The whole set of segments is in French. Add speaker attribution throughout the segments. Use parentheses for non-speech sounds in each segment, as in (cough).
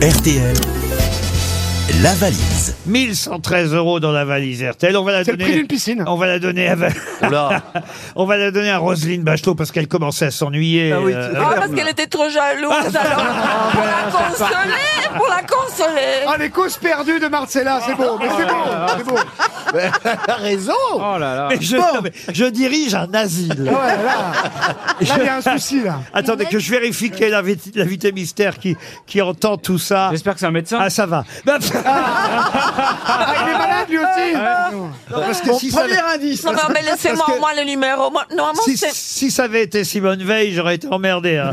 Speaker 1: RTL, la valise.
Speaker 2: 1113 euros dans la valise RTL. On va la
Speaker 3: C'est le
Speaker 2: donner.
Speaker 3: prix d'une piscine.
Speaker 4: Oh.
Speaker 2: On va la donner à Val- On va la donner à Roselyne Bachelot parce qu'elle commençait à s'ennuyer. euh,
Speaker 5: Ah, parce qu'elle était trop
Speaker 2: Ah,
Speaker 5: jalouse alors. pour la consoler, pour la consoler.
Speaker 3: Ah, les causes perdues de Marcella, c'est beau, mais c'est beau,
Speaker 4: Ah.
Speaker 3: c'est beau. Ah
Speaker 2: mais je, non, mais je dirige un asile.
Speaker 3: Ouais, là, là, il y a un souci, là.
Speaker 2: Attendez que je vérifie qui est l'invité l'invité mystère qui, qui entend tout ça.
Speaker 4: J'espère que c'est un médecin.
Speaker 2: Ah, ça va. Non,
Speaker 3: Ah, il est malade, lui aussi.
Speaker 2: parce que si ça,
Speaker 5: Non, mais, mais laissez-moi
Speaker 2: Parce que-
Speaker 5: au moins le numéro. Moi- normalement,
Speaker 2: si-
Speaker 5: c'est-
Speaker 2: si ça avait été Simone Veil, j'aurais été emmerdé. hein.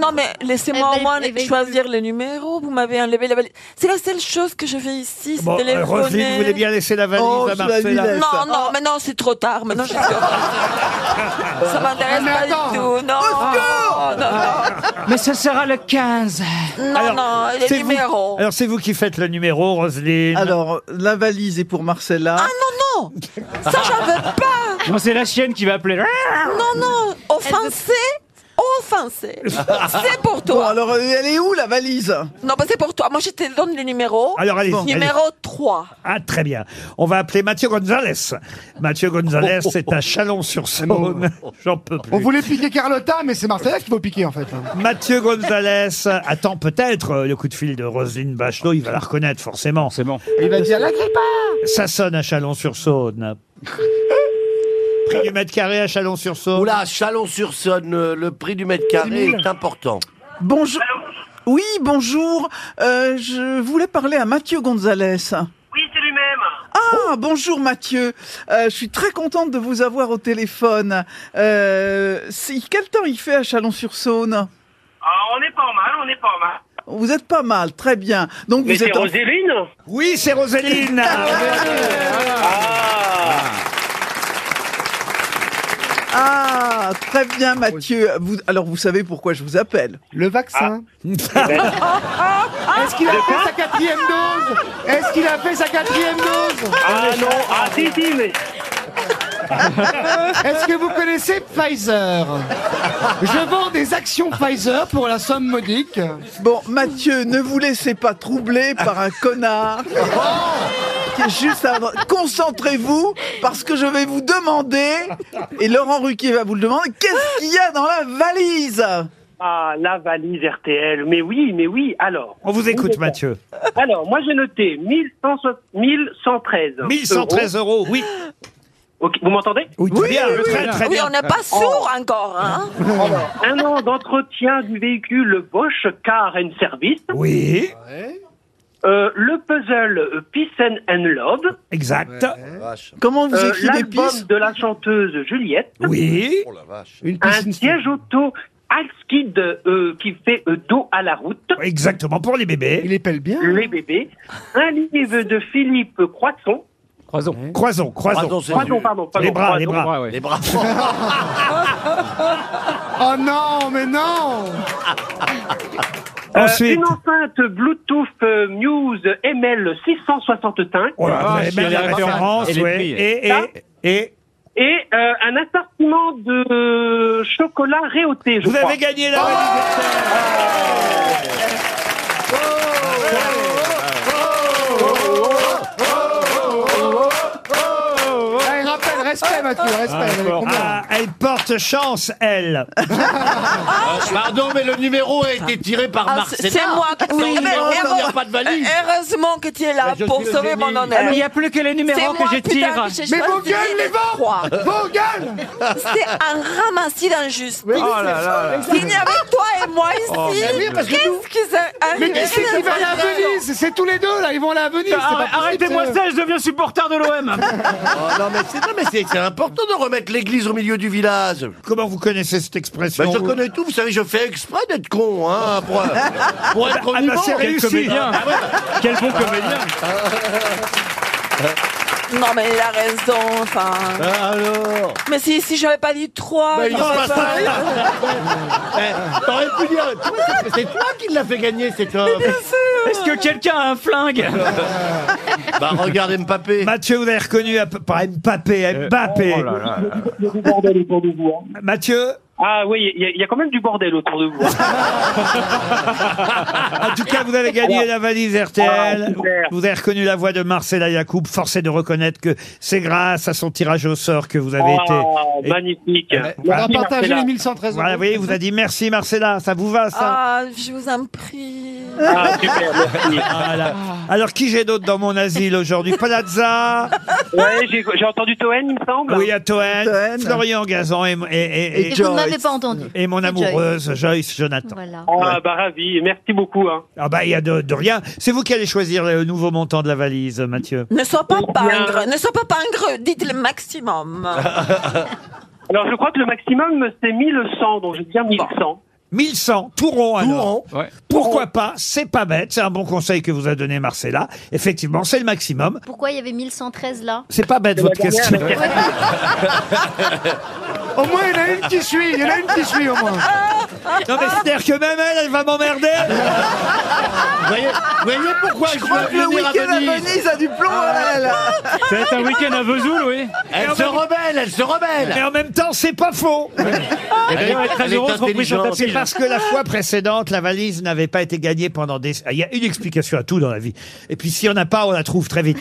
Speaker 5: Non, mais laissez-moi
Speaker 6: Elle
Speaker 5: au moins
Speaker 6: va- elle va-
Speaker 5: choisir le numéro. Vous m'avez enlevé la valise. C'est la seule chose que je fais ici, c'est
Speaker 2: Bon, euh, Roselyne, vous voulez
Speaker 5: téléphoner.
Speaker 2: bien laisser la valise à Marcella
Speaker 5: Non, non, mais non, c'est trop tard. Maintenant, je Ça
Speaker 2: (laughs) Ah,
Speaker 5: m'intéresse
Speaker 3: Mais
Speaker 5: pas
Speaker 3: attends.
Speaker 5: du tout. Non, non, non,
Speaker 4: Mais ce sera le 15.
Speaker 5: non,
Speaker 2: Alors,
Speaker 5: non,
Speaker 2: c'est
Speaker 5: les
Speaker 2: vous-
Speaker 5: numéros.
Speaker 2: Alors c'est vous qui faites le numéro, Roselyne.
Speaker 7: Alors, la valise est pour Marcella.
Speaker 5: Ah non, non Ça, j'en veux pas
Speaker 4: Non, c'est la chienne qui va appeler.
Speaker 5: Non, non, offensé, offensé. C'est pour
Speaker 7: Bon,
Speaker 5: toi.
Speaker 7: alors, euh, elle est où la valise
Speaker 5: Non, mais c'est pour toi. Moi, je te donne le numéro.
Speaker 2: Alors, allez-y, allez-y.
Speaker 5: Numéro 3.
Speaker 2: Ah, très bien. On va appeler Mathieu Gonzalez. Mathieu Gonzalez, c'est à Chalon-sur-Saône. J'en peux plus.
Speaker 3: On voulait piquer Carlotta, mais c'est Marcella qui va piquer, en fait.
Speaker 2: Mathieu Gonzalez attend peut-être euh, le coup de fil de Roselyne Bachelot. Il va la reconnaître, forcément.
Speaker 4: C'est bon.
Speaker 3: Il va dire, la grippe.
Speaker 2: Ça sonne à Chalon-sur-Saône. Prix du mètre carré à Chalon-sur-Saône.
Speaker 8: Oula, Chalon-sur-Saône, euh, le prix du mètre carré est important.
Speaker 7: Bonjour. Oui, bonjour. Euh, je voulais parler à Mathieu Gonzalez.
Speaker 9: Oui, c'est lui-même.
Speaker 7: Ah, bonjour Mathieu. Euh, je suis très contente de vous avoir au téléphone. Euh, c'est- quel temps il fait à Chalon-sur-Saône
Speaker 9: Ah, on est pas mal, on est pas mal.
Speaker 7: Vous êtes pas mal, très bien. Donc
Speaker 9: Mais
Speaker 7: vous
Speaker 9: c'est
Speaker 7: êtes en-
Speaker 9: Roséline
Speaker 2: Oui, c'est Roselyne.
Speaker 9: Ah
Speaker 7: Ah, très bien Mathieu. Vous... Alors vous savez pourquoi je vous appelle.
Speaker 3: Le vaccin.
Speaker 4: Ah.
Speaker 3: Est-ce qu'il a fait sa quatrième dose Est-ce qu'il a fait sa quatrième dose
Speaker 9: Ah non, ah si, si, mais...
Speaker 3: Est-ce que vous connaissez Pfizer Je vends des actions Pfizer pour la somme modique.
Speaker 7: Bon, Mathieu, ne vous laissez pas troubler par un connard. Qui est juste à... Concentrez-vous, parce que je vais vous demander, et Laurent Ruquier va vous le demander, qu'est-ce qu'il y a dans la valise
Speaker 9: Ah, la valise RTL, mais oui, mais oui, alors.
Speaker 2: On vous écoute, Mathieu.
Speaker 9: Alors, moi j'ai noté 1100 1113.
Speaker 2: 1113 euros. Oui.
Speaker 9: euros. Euh, Ok, vous m'entendez
Speaker 2: Oui, très bien. très, très
Speaker 5: Oui,
Speaker 2: bien.
Speaker 5: on n'est pas sourd encore, hein
Speaker 9: Un an d'entretien du véhicule Bosch Car and Service,
Speaker 2: Oui,
Speaker 9: euh, le puzzle euh, Peace and, and Love,
Speaker 2: exact.
Speaker 7: Comment vous
Speaker 9: euh,
Speaker 7: écrivez
Speaker 9: l'album
Speaker 7: pisse
Speaker 9: de la chanteuse Juliette,
Speaker 2: Oui.
Speaker 3: Une
Speaker 9: un
Speaker 3: piscine.
Speaker 9: siège auto Alskid euh, qui fait euh, dos à la route.
Speaker 2: Exactement pour les bébés.
Speaker 3: Il épelle bien.
Speaker 9: Les bébés, un livre de Philippe Croisson.
Speaker 4: Croisons.
Speaker 2: Croisons, croisons.
Speaker 8: Pardon, Ah c'est
Speaker 9: Croisson,
Speaker 8: nul.
Speaker 9: pardon, pardon.
Speaker 2: les bras, les
Speaker 9: Croisson.
Speaker 2: bras.
Speaker 4: ouais.
Speaker 8: Les bras.
Speaker 3: Oh non, mais non
Speaker 9: Euh,
Speaker 2: Ensuite.
Speaker 9: une enceinte Bluetooth euh, Muse ML 665
Speaker 2: Oh là,
Speaker 4: Ah,
Speaker 2: vous
Speaker 4: je
Speaker 2: avez bien
Speaker 4: suis
Speaker 2: les
Speaker 4: allé à la
Speaker 2: références,
Speaker 4: référence. Et les
Speaker 2: ouais.
Speaker 4: prix.
Speaker 2: Et,
Speaker 9: Ça
Speaker 2: et, et,
Speaker 9: et euh, un assortiment de euh, chocolat réauté, je
Speaker 2: vous
Speaker 9: crois.
Speaker 2: avez gagné
Speaker 4: Oh,
Speaker 2: la valise.
Speaker 3: Allez, rappel, respect Mathieu, respect. Allez, combien
Speaker 2: Ah, elle porte chance, elle.
Speaker 8: Euh, Pardon, mais le numéro a été tiré par
Speaker 5: Ah, c'est
Speaker 8: Marcella.
Speaker 5: c'est moi qui
Speaker 8: Sans numéro, il n'y a pas de valise.
Speaker 5: euh, Heureusement que tu es là pour sauver mon
Speaker 4: Ah, mais
Speaker 5: honneur.
Speaker 4: il n'y a plus que les
Speaker 5: C'est
Speaker 4: numéros
Speaker 5: moi,
Speaker 4: que je
Speaker 5: putain,
Speaker 4: tire.
Speaker 5: que j'ai
Speaker 3: Mais vos
Speaker 5: choisi
Speaker 3: gueules, les
Speaker 5: les
Speaker 3: (laughs)
Speaker 5: trois.
Speaker 3: vents Vos gueules
Speaker 5: C'est un ramassis d'injustices.
Speaker 3: là
Speaker 5: Il n'y avait que toi et moi ici.
Speaker 3: Oh, mais oui, parce que nous-
Speaker 5: Qu'est-ce qui s'est
Speaker 3: Mais
Speaker 5: arrivé
Speaker 3: qui c'est qui va aller à Venise C'est tous les deux là, ils vont aller à Venise. c'est pas
Speaker 4: Arrête-
Speaker 3: possible,
Speaker 4: Arrêtez-moi
Speaker 3: c'est-
Speaker 4: ça, je deviens supporter de l'OM.
Speaker 8: Oh, non, mais c'est non, mais c'est- c'est important de remettre l'église au milieu du village.
Speaker 2: Comment vous connaissez cette expression
Speaker 8: Ben, je
Speaker 2: vous
Speaker 8: connais tout, vous savez, je fais exprès d'être con, hein, pour, pour être
Speaker 2: Ah bah,
Speaker 8: connivant.
Speaker 2: c'est réussi. Ah,
Speaker 4: Quel bon comédien.
Speaker 5: Non, mais il a raison, enfin.
Speaker 8: Alors
Speaker 5: Mais si, si j'avais pas dit trois.
Speaker 8: Ben, il
Speaker 5: j'aurais
Speaker 8: se passe
Speaker 5: pas-
Speaker 8: Eh, T'aurais pu dire, tu vois, c'est- c'est toi qui l'as fait gagner cet homme.
Speaker 4: Est-ce que quelqu'un a un flingue
Speaker 8: Bah regarde Mbappé.
Speaker 2: Mathieu, vous avez
Speaker 4: Euh, oh
Speaker 2: reconnu à peu- par Mbappé. Mbappé.
Speaker 4: là là.
Speaker 2: Mathieu
Speaker 9: Ah oui, il y, a- il y a quand même du bordel autour de vous. hein.
Speaker 2: En tout cas, vous avez gagné la valise
Speaker 9: Ah,
Speaker 2: RTL.
Speaker 9: super.
Speaker 2: Vous avez reconnu la voix de Marcella Yacoub. Forcé de reconnaître que c'est grâce à son tirage au sort que vous avez été. eh, bah,
Speaker 9: Ah,
Speaker 2: Et-
Speaker 9: magnifique.
Speaker 3: Eh, On va partager
Speaker 9: Marcella.
Speaker 3: les 1113
Speaker 2: Voilà, vous voyez, il vous a dit merci Marcella, ça vous va ça
Speaker 5: Ah, je vous en prie.
Speaker 9: Ah, super,
Speaker 2: (laughs)
Speaker 9: merci.
Speaker 2: Voilà. Alors qui j'ai d'autre dans mon asile aujourd'hui Palazza,
Speaker 9: Bah, Ouais, j'ai j'ai entendu Toen, il me semble.
Speaker 2: Ouya Toen,
Speaker 7: Toen.
Speaker 2: Florian Gazan et, et- et-
Speaker 6: Et
Speaker 2: et-
Speaker 6: vous ne
Speaker 7: Joyce.
Speaker 6: m'avez pas entendu.
Speaker 2: et mon
Speaker 6: Et
Speaker 2: amoureuse Joyce Jonathan.
Speaker 6: Voilà.
Speaker 9: Ah, bah ravi, merci beaucoup. Hein.
Speaker 2: Ah bah il y a de, de rien. C'est vous qui allez choisir le nouveau montant de la valise, Mathieu.
Speaker 5: Ne sois pas
Speaker 9: Eh bien-
Speaker 5: pingre, ne sois pas pingre, dites le maximum.
Speaker 9: Alors, je crois que le maximum, c'est 1100, donc j'ai bien 1100.
Speaker 2: 1100, tout rond alors.
Speaker 4: Ouais.
Speaker 2: Pourquoi pas C'est pas bête, c'est un bon conseil que vous a donné Marcella. Effectivement, c'est le maximum.
Speaker 6: Pourquoi il y avait 1113 là
Speaker 2: C'est pas bête votre question.
Speaker 3: Au moins, il y en a une qui suit. Il y en a une qui suit, au moins.
Speaker 2: Non mais c'est-à-dire que même elle, elle va m'emmerder.
Speaker 8: Vous voyez, vous voyez pourquoi je,
Speaker 7: Je crois que le week-end à Venise a du plomb, elle.
Speaker 4: Ça va être un week-end à Vesoul, oui.
Speaker 8: Elle se rebelle, elle se rebelle.
Speaker 2: Mais en même temps, c'est pas faux.
Speaker 8: Elle,
Speaker 4: d'ailleurs, elle est très heureuse qu'on puisse en
Speaker 8: intelligente.
Speaker 4: taper.
Speaker 2: C'est parce que la fois précédente, la valise n'avait pas été gagnée pendant des... Il y a une explication à tout dans la vie. Et puis s'il n'y en a pas, on la trouve très vite.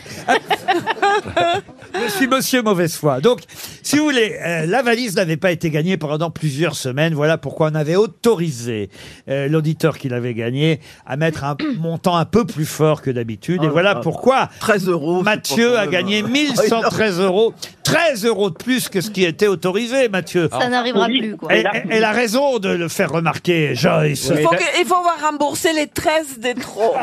Speaker 2: Je suis monsieur mauvaise foi. Donc, si vous voulez, euh, la valise n'avait pas été gagnée pendant plusieurs semaines. Voilà pourquoi on avait autorisé euh, l'auditeur qui l'avait gagné à mettre un (coughs) montant un peu plus fort que d'habitude. Et voilà pourquoi
Speaker 7: 13 euros.
Speaker 2: Mathieu a gagné 1113 euros. 13 euros de plus que ce qui était autorisé, Mathieu.
Speaker 6: Ça n'arrivera
Speaker 9: oui.
Speaker 6: plus quoi.
Speaker 2: Elle, elle- elle a raison de le faire remarquer, Joyce.
Speaker 5: Il faut, que- il faut avoir remboursé les 13 des trop.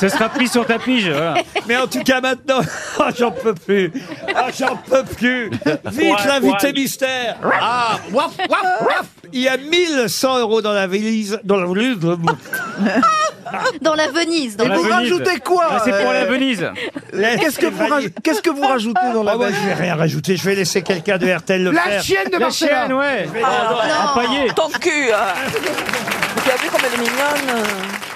Speaker 4: Ce sera pris sur ta pige. voilà.
Speaker 2: Mais en tout cas, maintenant, (laughs) oh, j'en peux plus. Oh, j'en peux plus. Vite,
Speaker 9: Ouais,
Speaker 2: l'invité
Speaker 9: ouais.
Speaker 2: mystère.
Speaker 8: Ah, waf, waf, waf.
Speaker 2: Il y a 1100 euros dans la valise. Dans la valise.
Speaker 6: Dans la Venise, dans
Speaker 4: Dans la
Speaker 6: le-
Speaker 7: Vous
Speaker 4: Venise.
Speaker 7: rajoutez
Speaker 4: Ah,
Speaker 7: quoi
Speaker 4: c'est pour
Speaker 7: euh,
Speaker 4: la Venise.
Speaker 7: Qu'est-ce que, vous raj- qu'est-ce que vous rajoutez dans la
Speaker 2: Ah ouais,
Speaker 7: valise
Speaker 2: je vais rien rajouter. Je vais laisser quelqu'un de RTL le
Speaker 3: La
Speaker 2: faire.
Speaker 3: chienne de
Speaker 4: La
Speaker 3: Marcella.
Speaker 4: chienne, ouais.
Speaker 6: Ah, non.
Speaker 4: Empaillée.
Speaker 5: Ton cul. euh. Vous avez vu comme elle est mignonne. euh.